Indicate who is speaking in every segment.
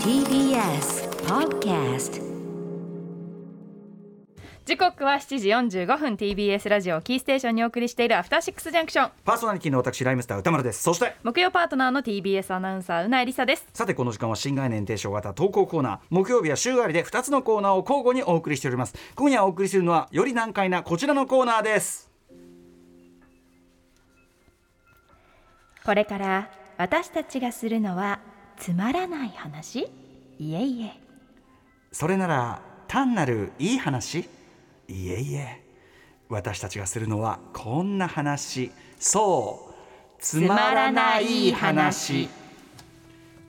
Speaker 1: TBS Podcast
Speaker 2: 時刻は7時45分 TBS ラジオをキーステーションにお送りしているアフターシックスジャンクション
Speaker 3: パーソナリティの私ライムスター歌丸ですそして
Speaker 2: 木曜パートナーの TBS アナウンサーうなえりさです
Speaker 3: さてこの時間は新概念提唱型投稿コーナー木曜日は週替わりで2つのコーナーを交互にお送りしております今夜お送りするのはより難解なこちらのコーナーです
Speaker 2: これから私たちがするのはつまらない話いえいえ
Speaker 3: それなら単なるいい話いえいえ私たちがするのはこんな話そうつまらない話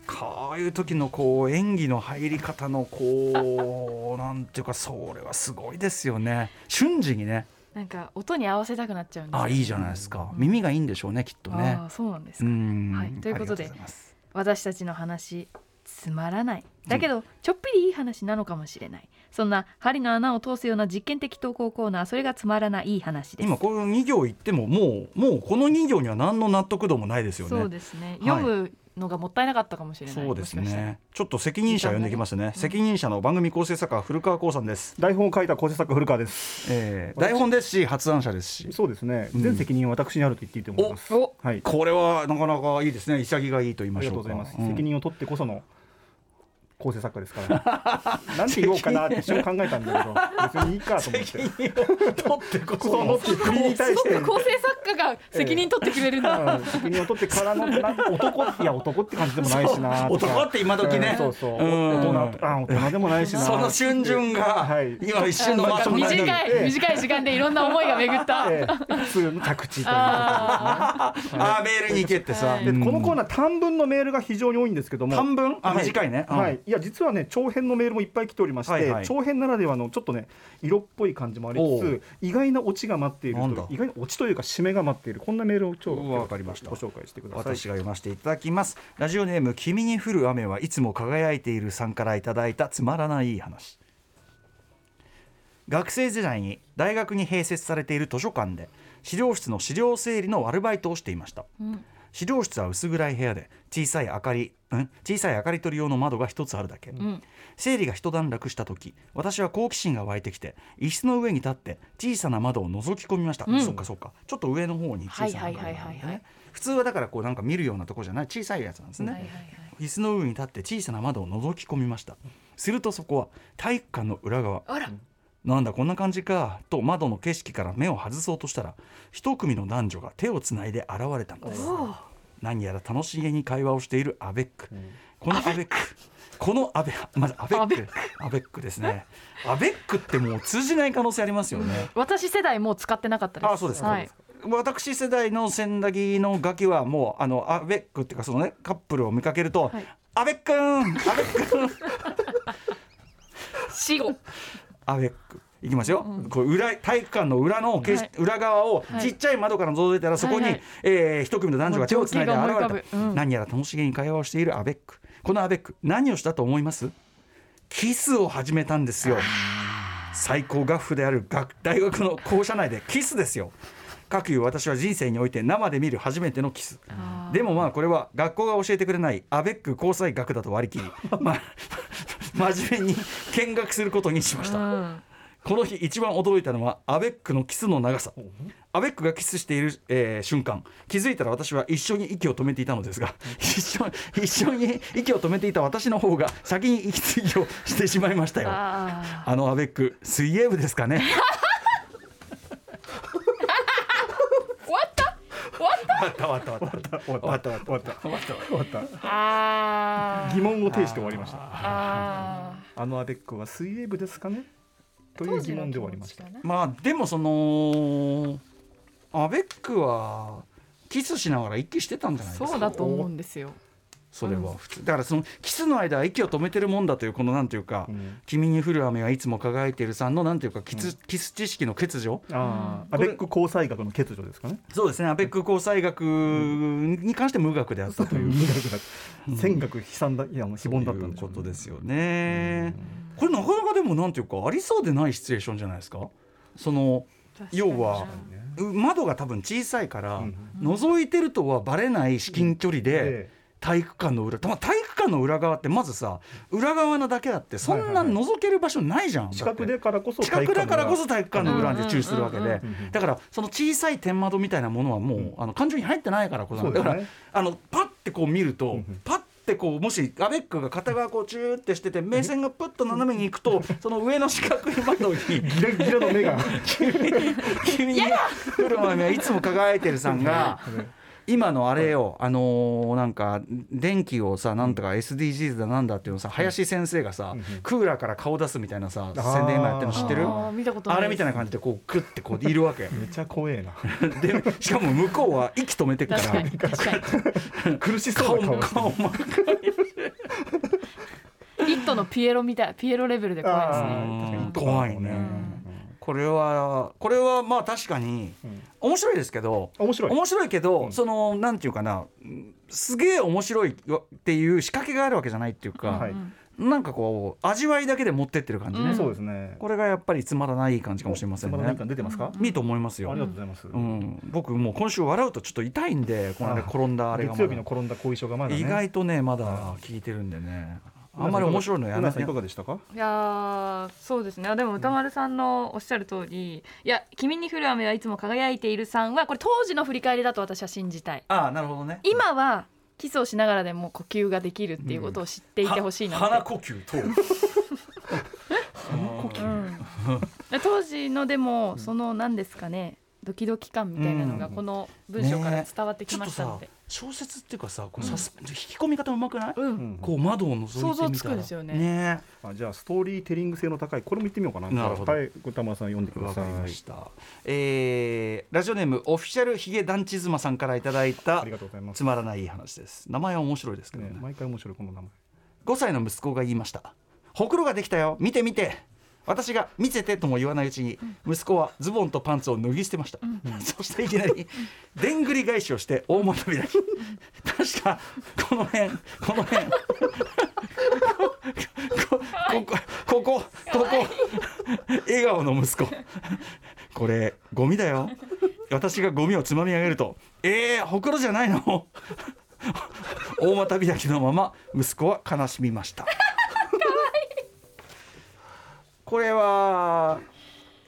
Speaker 3: こういう時のこう演技の入り方のこうなんていうかそれはすごいですよね瞬時にね
Speaker 2: なんか音に合わせたくなっちゃうんです
Speaker 3: あいいじゃないですか、耳がいいんでしょうねきっとね
Speaker 2: あーそうなんです
Speaker 3: う
Speaker 2: か
Speaker 3: ん
Speaker 2: はいということで
Speaker 3: ありがござます
Speaker 2: 私たちの話つまらないだけど、ちょっぴりいい話なのかもしれないそんな針の穴を通すような実験的投稿コーナーそれがつまらないいい話です
Speaker 3: 今この2行言ってももうもうこの2行には何の納得度もないですよね
Speaker 2: そうですね、
Speaker 3: は
Speaker 2: 読
Speaker 3: い
Speaker 2: むのがもったいなかったかもしれない
Speaker 3: そうです
Speaker 2: もしかしたら
Speaker 3: ねちょっと責任者呼んできますね、責任者の番組構成作家古川光さんです、
Speaker 4: 台本を書いた構成作家古川です。
Speaker 3: えー、台本ですし発案者ですし
Speaker 4: そうですね。
Speaker 3: うん
Speaker 4: 全責任は私にあると言っていいと思います。
Speaker 2: おお
Speaker 4: はい。
Speaker 3: これはなかなかいいですね潔がいいと言い
Speaker 4: あ
Speaker 3: ま
Speaker 4: り
Speaker 3: し
Speaker 4: がと
Speaker 3: ょ
Speaker 4: う
Speaker 3: う
Speaker 4: ご
Speaker 3: か
Speaker 4: ざいます。
Speaker 3: うん
Speaker 4: 責任を取ってこその構成作家ですから、 ね。なんて言おうかなって一瞬考えたんだけど、別にいいかと思っ
Speaker 3: 責
Speaker 4: て。
Speaker 3: 任を取ってこ
Speaker 4: そ
Speaker 3: そ
Speaker 4: の
Speaker 3: の
Speaker 4: 国に対して。うん
Speaker 2: 構成作家が責任取ってくれるんだ、
Speaker 4: 責任を取ってからのなんか男いや男って感じでもないしなとか
Speaker 3: 男って今時ね
Speaker 4: うんそうそう
Speaker 3: うん
Speaker 4: 大人あ大人でもないしな
Speaker 3: その瞬瞬が
Speaker 4: はい
Speaker 3: 今一瞬の
Speaker 4: あの
Speaker 3: まとまり
Speaker 4: 短い短
Speaker 2: い時間でいろんな思いが巡った
Speaker 4: ええ普通の着地というか
Speaker 2: あ
Speaker 3: あーメールに行けってさ、
Speaker 2: はい
Speaker 4: で
Speaker 3: うん
Speaker 4: このコーナー短文のメールが非常に多いんですけども
Speaker 3: 短文あ
Speaker 4: はい
Speaker 3: 短いね、うん
Speaker 4: はい、いや実はね長編のメールもいっぱい来ておりまして、
Speaker 3: はいはい
Speaker 4: 長編ならではのちょっとね色っぽい感じもあり
Speaker 3: お
Speaker 4: つ
Speaker 3: う
Speaker 4: つ意外なオチが待っている
Speaker 3: なんだ
Speaker 4: という意外なオチというか締めが待っているこんなメールを今日
Speaker 3: うわわかりました
Speaker 4: ご紹介してください
Speaker 3: 私が読ませていただきますラジオネーム「君に降る雨はいつも輝いている」さんからいただいたつまらない話学生時代に大学に併設されている図書館で資料室の資料整理のアルバイトをしていました、資料室は薄暗い部屋で小さい明かり、うん、小さい明かり取り用の窓が一つあるだけ、
Speaker 2: ん
Speaker 3: 整理が一段落した時私は好奇心が湧いてきて椅子の上に立って小さな窓を覗き込みました、
Speaker 2: うん
Speaker 3: そっかそっかちょっと上の方に小さな窓があるんだ
Speaker 2: はいはいはいはい
Speaker 3: ね
Speaker 2: はい
Speaker 3: 普通はだからこうなんか見るようなとこじゃない小さいやつなんですね、
Speaker 2: はいはいは
Speaker 3: 椅子の上に立って小さな窓を覗き込みましたするとそこは体育館の裏側
Speaker 2: あら
Speaker 3: なんだこんな感じかと窓の景色から目を外そうとしたら一組の男女が手をつないで現れたのです何やら楽しげに会話をしているアベック、このアベックこのアベまずアベックアベックですねアベックってもう通じない可能性ありますよね、
Speaker 2: 私世代もう使ってなかったです
Speaker 3: あそうですか、
Speaker 2: はい、
Speaker 3: 私世代の千駄木のガキはもうあのアベックっていうかそのねカップルを見かけると、
Speaker 2: はい
Speaker 3: アベックンアベックン
Speaker 2: 死後
Speaker 3: アベックいきますよ、こう裏体育館の裏の景色、
Speaker 2: はい
Speaker 3: 裏側を
Speaker 2: はい
Speaker 3: ちっちゃい窓から覗いたらそこに、
Speaker 2: はいはい
Speaker 3: えー一組の男女が手をつないで
Speaker 2: もう情景が
Speaker 3: 現
Speaker 2: 思い浮
Speaker 3: れ
Speaker 2: か
Speaker 3: た、
Speaker 2: ぶうん
Speaker 3: 何やら楽しげに会話をしているアベックこのアベック何をしたと思いますキスを始めたんですよ最高学府である学大学の校舎内でキスですよかくいう私は人生において生で見る初めてのキス
Speaker 2: あー
Speaker 3: でもまあこれは学校が教えてくれないアベック交際学だと割り切り、 まあ、 真面目に見学することにしました
Speaker 2: うん
Speaker 3: この日一番驚いたのはアベックのキスの長さアベックがキスしている、えー瞬間気づいたら私は一緒に息を止めていたのですが 一緒一緒に息を止めていた私の方が先に息継ぎをしてしまいましたよあ
Speaker 2: あ
Speaker 3: のアベック水泳部ですか ね
Speaker 2: ー終わった終わった
Speaker 3: 終わった終わった終わった
Speaker 4: 終わった終わった終わった終わった
Speaker 2: あー
Speaker 4: 疑問を呈して終わりました
Speaker 2: あ
Speaker 4: あのアベックは水泳部ですかね
Speaker 2: ー
Speaker 4: という疑問で終わりました
Speaker 2: 当時の気持ちかな
Speaker 3: まあでもそのアベックはキスしながら息してたんじゃないですか
Speaker 2: そうだと思うんですよ
Speaker 3: それは普通だからそのキスの間は息を止めてるもんだというこのなんていうか「
Speaker 4: うん
Speaker 3: 君に降る雨はいつも輝いてる」さんのなんていうかキス,、キス知識の欠如
Speaker 4: ああアベック交際学の欠如ですかね
Speaker 3: そうですねアベック交際学に関して無学であったという。
Speaker 4: 戦学悲惨だいやもう非
Speaker 3: そう
Speaker 4: 凡
Speaker 3: い
Speaker 4: だったん
Speaker 3: う
Speaker 4: でしょ
Speaker 3: こ
Speaker 4: うね
Speaker 3: とですよね。これなかなかでもなんていうかありそうでないシチュエーションじゃないですか。その要はう窓が多分小さいから、
Speaker 4: うん
Speaker 3: 覗いてるとはバレない至近距離で
Speaker 4: え
Speaker 3: 体育館の裏、たま体育館ラの裏側ってまずさ裏側のだけだってそんな
Speaker 4: はいはいは
Speaker 3: 覗ける場所ないじゃん、
Speaker 4: 近くでからこそ
Speaker 3: 近くだからこそ
Speaker 4: 体
Speaker 3: 体育館の裏で注意するわけ
Speaker 2: うんうんうん
Speaker 3: でだからその小さい天窓みたいなものはもう、あの感情に入ってないからこそなんだ
Speaker 4: そうだ
Speaker 3: か
Speaker 4: よ
Speaker 3: ら
Speaker 4: ね
Speaker 3: あのパッてこう見ると、
Speaker 4: んうん
Speaker 3: パッてこうもしアベックが片側こうチューってしてて目線がプッと斜めに行くとその上の四角い窓に
Speaker 4: ギラギラの目が
Speaker 3: 君に来る前にはいつも輝いてるさんが。今のあれよ、あのーなんか電気をさなんとか SDGs だなんだっていうのさ、林先生がさ、
Speaker 4: うんうん
Speaker 3: クーラーから顔出すみたいなさ
Speaker 4: あー
Speaker 3: 宣伝今やってるの知ってる
Speaker 2: あー見たことな
Speaker 3: あ
Speaker 2: い
Speaker 3: れみたいな感じでこうクッてこういるわ け
Speaker 4: めっちゃ怖えな
Speaker 3: でしかも向こうは息止めてくか
Speaker 2: 確からに確かに
Speaker 4: 苦しそ
Speaker 3: 顔
Speaker 4: うな
Speaker 3: も
Speaker 4: 顔
Speaker 3: 顔も
Speaker 2: 「イット!」のピエロみたいピエロレベルで怖いですね
Speaker 4: あー確かに
Speaker 3: 怖いねこれはこれはまあ確かに
Speaker 4: うん
Speaker 3: 面白いですけど
Speaker 4: 面白い
Speaker 3: 面白いけど、
Speaker 4: うん
Speaker 3: そのなんていうかなうんすげえ面白いっていう仕掛けがあるわけじゃないっていうか、
Speaker 4: は
Speaker 2: う
Speaker 4: い
Speaker 2: ん
Speaker 3: なんかこう味わいだけで持ってってる感じね、
Speaker 2: うん
Speaker 4: そうですね
Speaker 3: これがやっぱりつまらない感じかもしれません
Speaker 4: つまらない感
Speaker 3: ね
Speaker 4: 出てますか
Speaker 2: うん
Speaker 3: いいと思います
Speaker 4: あ
Speaker 3: よ
Speaker 4: りがとうございます
Speaker 3: うん、僕もう今週笑うとちょっと痛いんでこの間
Speaker 4: あー
Speaker 3: 転んだあれがま
Speaker 4: 月
Speaker 3: だ
Speaker 4: 曜日の転んだ後遺症がまだね
Speaker 3: 意外とねまだ聞いてるんでねあんまり
Speaker 4: うなさ
Speaker 3: 面白いのやら
Speaker 4: うな
Speaker 3: な
Speaker 4: さん
Speaker 3: い
Speaker 4: いかがでしたか
Speaker 2: いやーそうですねあでも歌丸さんのおっしゃる通り「いや君に降る雨はいつも輝いているさんは」これ当時の振り返りだと私は信じたい
Speaker 3: ああなるほどね
Speaker 2: 今はキスをしながらでも呼吸ができるっていうことを知っていてほしいなって、
Speaker 3: 鼻呼吸と
Speaker 2: う
Speaker 3: 鼻呼吸
Speaker 2: ん、当時のでもその何ですかねドキドキ感みたいなのがこの文章から伝わってき
Speaker 3: ちょっ
Speaker 2: ま
Speaker 3: と
Speaker 2: した
Speaker 3: さ
Speaker 2: ので、
Speaker 3: 小説っていうかさこうさす引き込み方うまくない
Speaker 2: うん
Speaker 4: うん
Speaker 3: こう窓を覗いてみた
Speaker 2: 想
Speaker 3: ら
Speaker 2: 像つくんですよね
Speaker 3: ね
Speaker 4: あじゃあストーリーテリング性の高いこれも言ってみようかな
Speaker 3: なるほど
Speaker 4: はい歌丸さん読んでくだ
Speaker 3: わ
Speaker 4: さ
Speaker 3: か
Speaker 4: い
Speaker 3: りました、えーラジオネームオフィシャルヒゲ団地妻さんからいただいた
Speaker 4: ありがとうございます
Speaker 3: つまらないいい話です名前は面白いですけど
Speaker 4: ね
Speaker 3: ね
Speaker 4: 毎回面白いこの名前
Speaker 3: 5歳の息子が言いましたほくろができたよ見て見て私が見せてとも言わないうちに息子はズボンとパンツを脱ぎ捨てました、 そしていきなりでんぐり返しをして大股開き確かこの辺この辺こここここここ笑顔の息子これゴミだよ私がゴミをつまみ上げるとえー、ほくろじゃないの大股開きのまま息子は悲しみましたこれは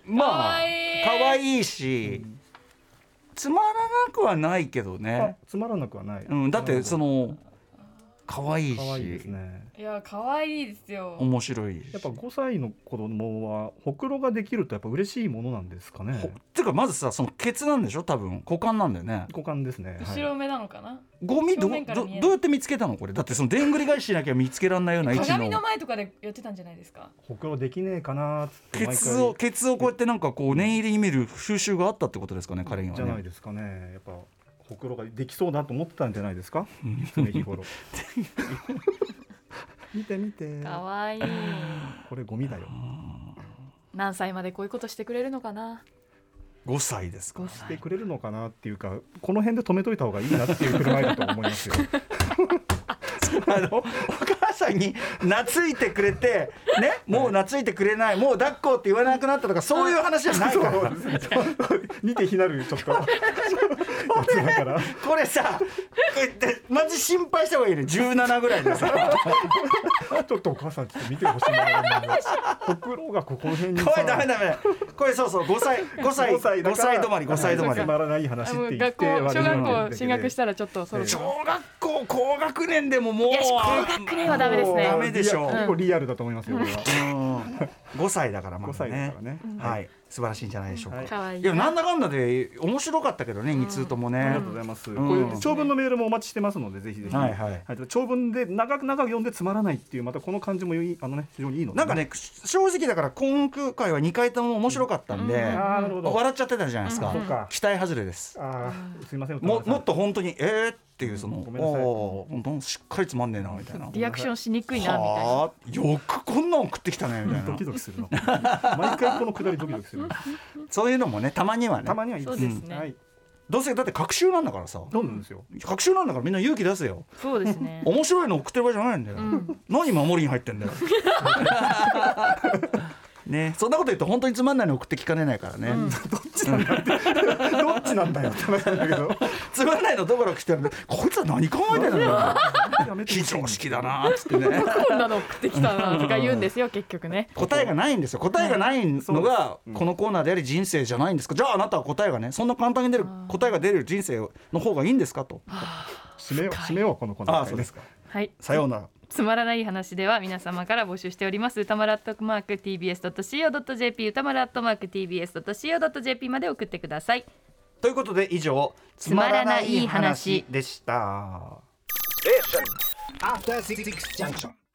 Speaker 3: まあ
Speaker 2: かわいい
Speaker 3: 可愛いし、つまらなくはないけど
Speaker 4: あ
Speaker 3: ね、
Speaker 4: つまらなくはない
Speaker 3: うん、だってそ
Speaker 4: の
Speaker 3: の可愛いし
Speaker 4: 可愛いですね
Speaker 2: いや可愛いですよ
Speaker 3: 面白いし
Speaker 4: やっぱ5歳の子供はほくろができるとやっぱ嬉しいものなんですか
Speaker 3: ほ
Speaker 4: ね
Speaker 3: てかまずさそのケツなんでしょ多分股間なんだよね
Speaker 4: 股間ですね、はい
Speaker 2: 後ろ目なのかな、
Speaker 3: ゴミど
Speaker 2: 正面から
Speaker 3: ど
Speaker 2: 見えない
Speaker 3: どうやって見つけたのこれだってそのでんぐり返ししなきゃ見つけられないような位置
Speaker 2: 鏡の
Speaker 3: の
Speaker 2: 前とかでやってたんじゃないですか
Speaker 4: ほくろできねえかなーっつって
Speaker 3: ケツをケツをこうやってなんかこう念入りに見る収集があったってことですかね彼には
Speaker 4: じゃない
Speaker 3: ね
Speaker 4: ですかねやっぱほくろができそうだと思ってたんじゃないですか常日頃見て見て
Speaker 2: 可愛い
Speaker 4: これゴミだよ
Speaker 2: 何歳までこういうことしてくれるのかな
Speaker 3: 5歳ですか
Speaker 2: 5
Speaker 4: して
Speaker 2: 歳
Speaker 4: くれるのかなっていうかこの辺で止めといた方がいいなっていう振る舞いだと思いますよ
Speaker 3: あのお母さんに懐いてくれて、ね、もう懐いてくれない、もう抱っこって言わなくなったとか、そういう話じゃないから。
Speaker 4: 似て非なるちょっとやつだから
Speaker 3: これさ、こうやってマジ心配した方がいいね、17ぐらいでさ。
Speaker 4: ちょっとお母さんちょっと見てほしいなほくろがここら辺にさ
Speaker 3: これダメダメ。これそうそう、5歳、5歳、
Speaker 4: 5
Speaker 3: 5歳
Speaker 4: 歳だから
Speaker 3: 止まり、5歳止まり
Speaker 4: つ。まらない話
Speaker 2: あ
Speaker 4: っ
Speaker 2: もう
Speaker 4: て言っ
Speaker 2: 学
Speaker 4: て
Speaker 2: 校小学校進学したたらちょっとそろ
Speaker 4: ええ
Speaker 2: そろ
Speaker 3: 小学校高学年でももう。
Speaker 2: 高学年はダメですね
Speaker 3: ダメでしょう
Speaker 4: 結構リアルだと思いますよ俺は
Speaker 3: うん、5歳だからま
Speaker 4: 5
Speaker 3: だ
Speaker 4: 歳だ
Speaker 3: ね
Speaker 4: からね
Speaker 3: はい素晴らしいんじゃないでしょうか、
Speaker 4: はい
Speaker 2: 可愛い
Speaker 3: いやなんだかんだで面白かったけどね、二通ともね、
Speaker 4: ありがとうございます。
Speaker 3: ん
Speaker 4: こういう長文のメールもお待ちしてますので、ぜひぜひ。
Speaker 3: はいはい
Speaker 4: 長文で長く長く読んでつまらないっていう、またこの感じもいいあのね、非常にいいので。
Speaker 3: なんか。ね正直だから今回は2回とも面白かったんで、
Speaker 2: うん
Speaker 4: ああ、なるほど。
Speaker 3: 笑っちゃってたじゃないですか、
Speaker 4: そうか
Speaker 3: 期待外れです
Speaker 4: ああ、すみません。
Speaker 3: も
Speaker 4: 田中さん
Speaker 3: もっ。と本当にえーっていうその、
Speaker 4: うんごめんなさい
Speaker 3: おーほんとしっかりつまんねえなみたいな
Speaker 2: リアクションしにくいなみたいな
Speaker 3: はあよくこんなん送ってきたねみたい
Speaker 4: ド
Speaker 3: な
Speaker 4: キドキするの。毎回このくだりドキドキする。
Speaker 3: そういうのもねたまにはね
Speaker 4: たまにはいい
Speaker 2: そうですね
Speaker 4: はい。
Speaker 3: どうせだって学習なんだからさ
Speaker 4: どんどんですよ。
Speaker 3: 学習なんだからみんな勇気出せよ
Speaker 2: そうですね
Speaker 3: 面白いの送ってる場合じゃないんだよ、
Speaker 2: うん
Speaker 3: 何守りに入ってんだよね、そんなこと言うと本当につまんないの送って聞かれないからね、
Speaker 4: どっちなんだよって話なんだけど
Speaker 3: つまんないのどころか来てこいつは何考えてんだ
Speaker 4: や
Speaker 3: ろ
Speaker 4: めて
Speaker 3: 非常識だなっつっ てね
Speaker 2: こんなの送ってきたなとか言うん ですよ結局ね
Speaker 3: 答えがないんですよ答えがないのがこのコーナーであり人生じゃないんですかじゃああなたは答えがねそんな簡単に出る答えが出る人生の方がいいんですかと
Speaker 4: 締めよう締めようこのコーナー
Speaker 3: ああそうですか
Speaker 2: はい
Speaker 3: さようなら
Speaker 2: つまらない話では皆様から募集しております歌丸アットマーク TBS.CO.JP 歌丸アットマーク TBS.CO.JP まで送ってください
Speaker 3: ということで以上
Speaker 2: つまらない話
Speaker 3: でした
Speaker 5: After Six Junction.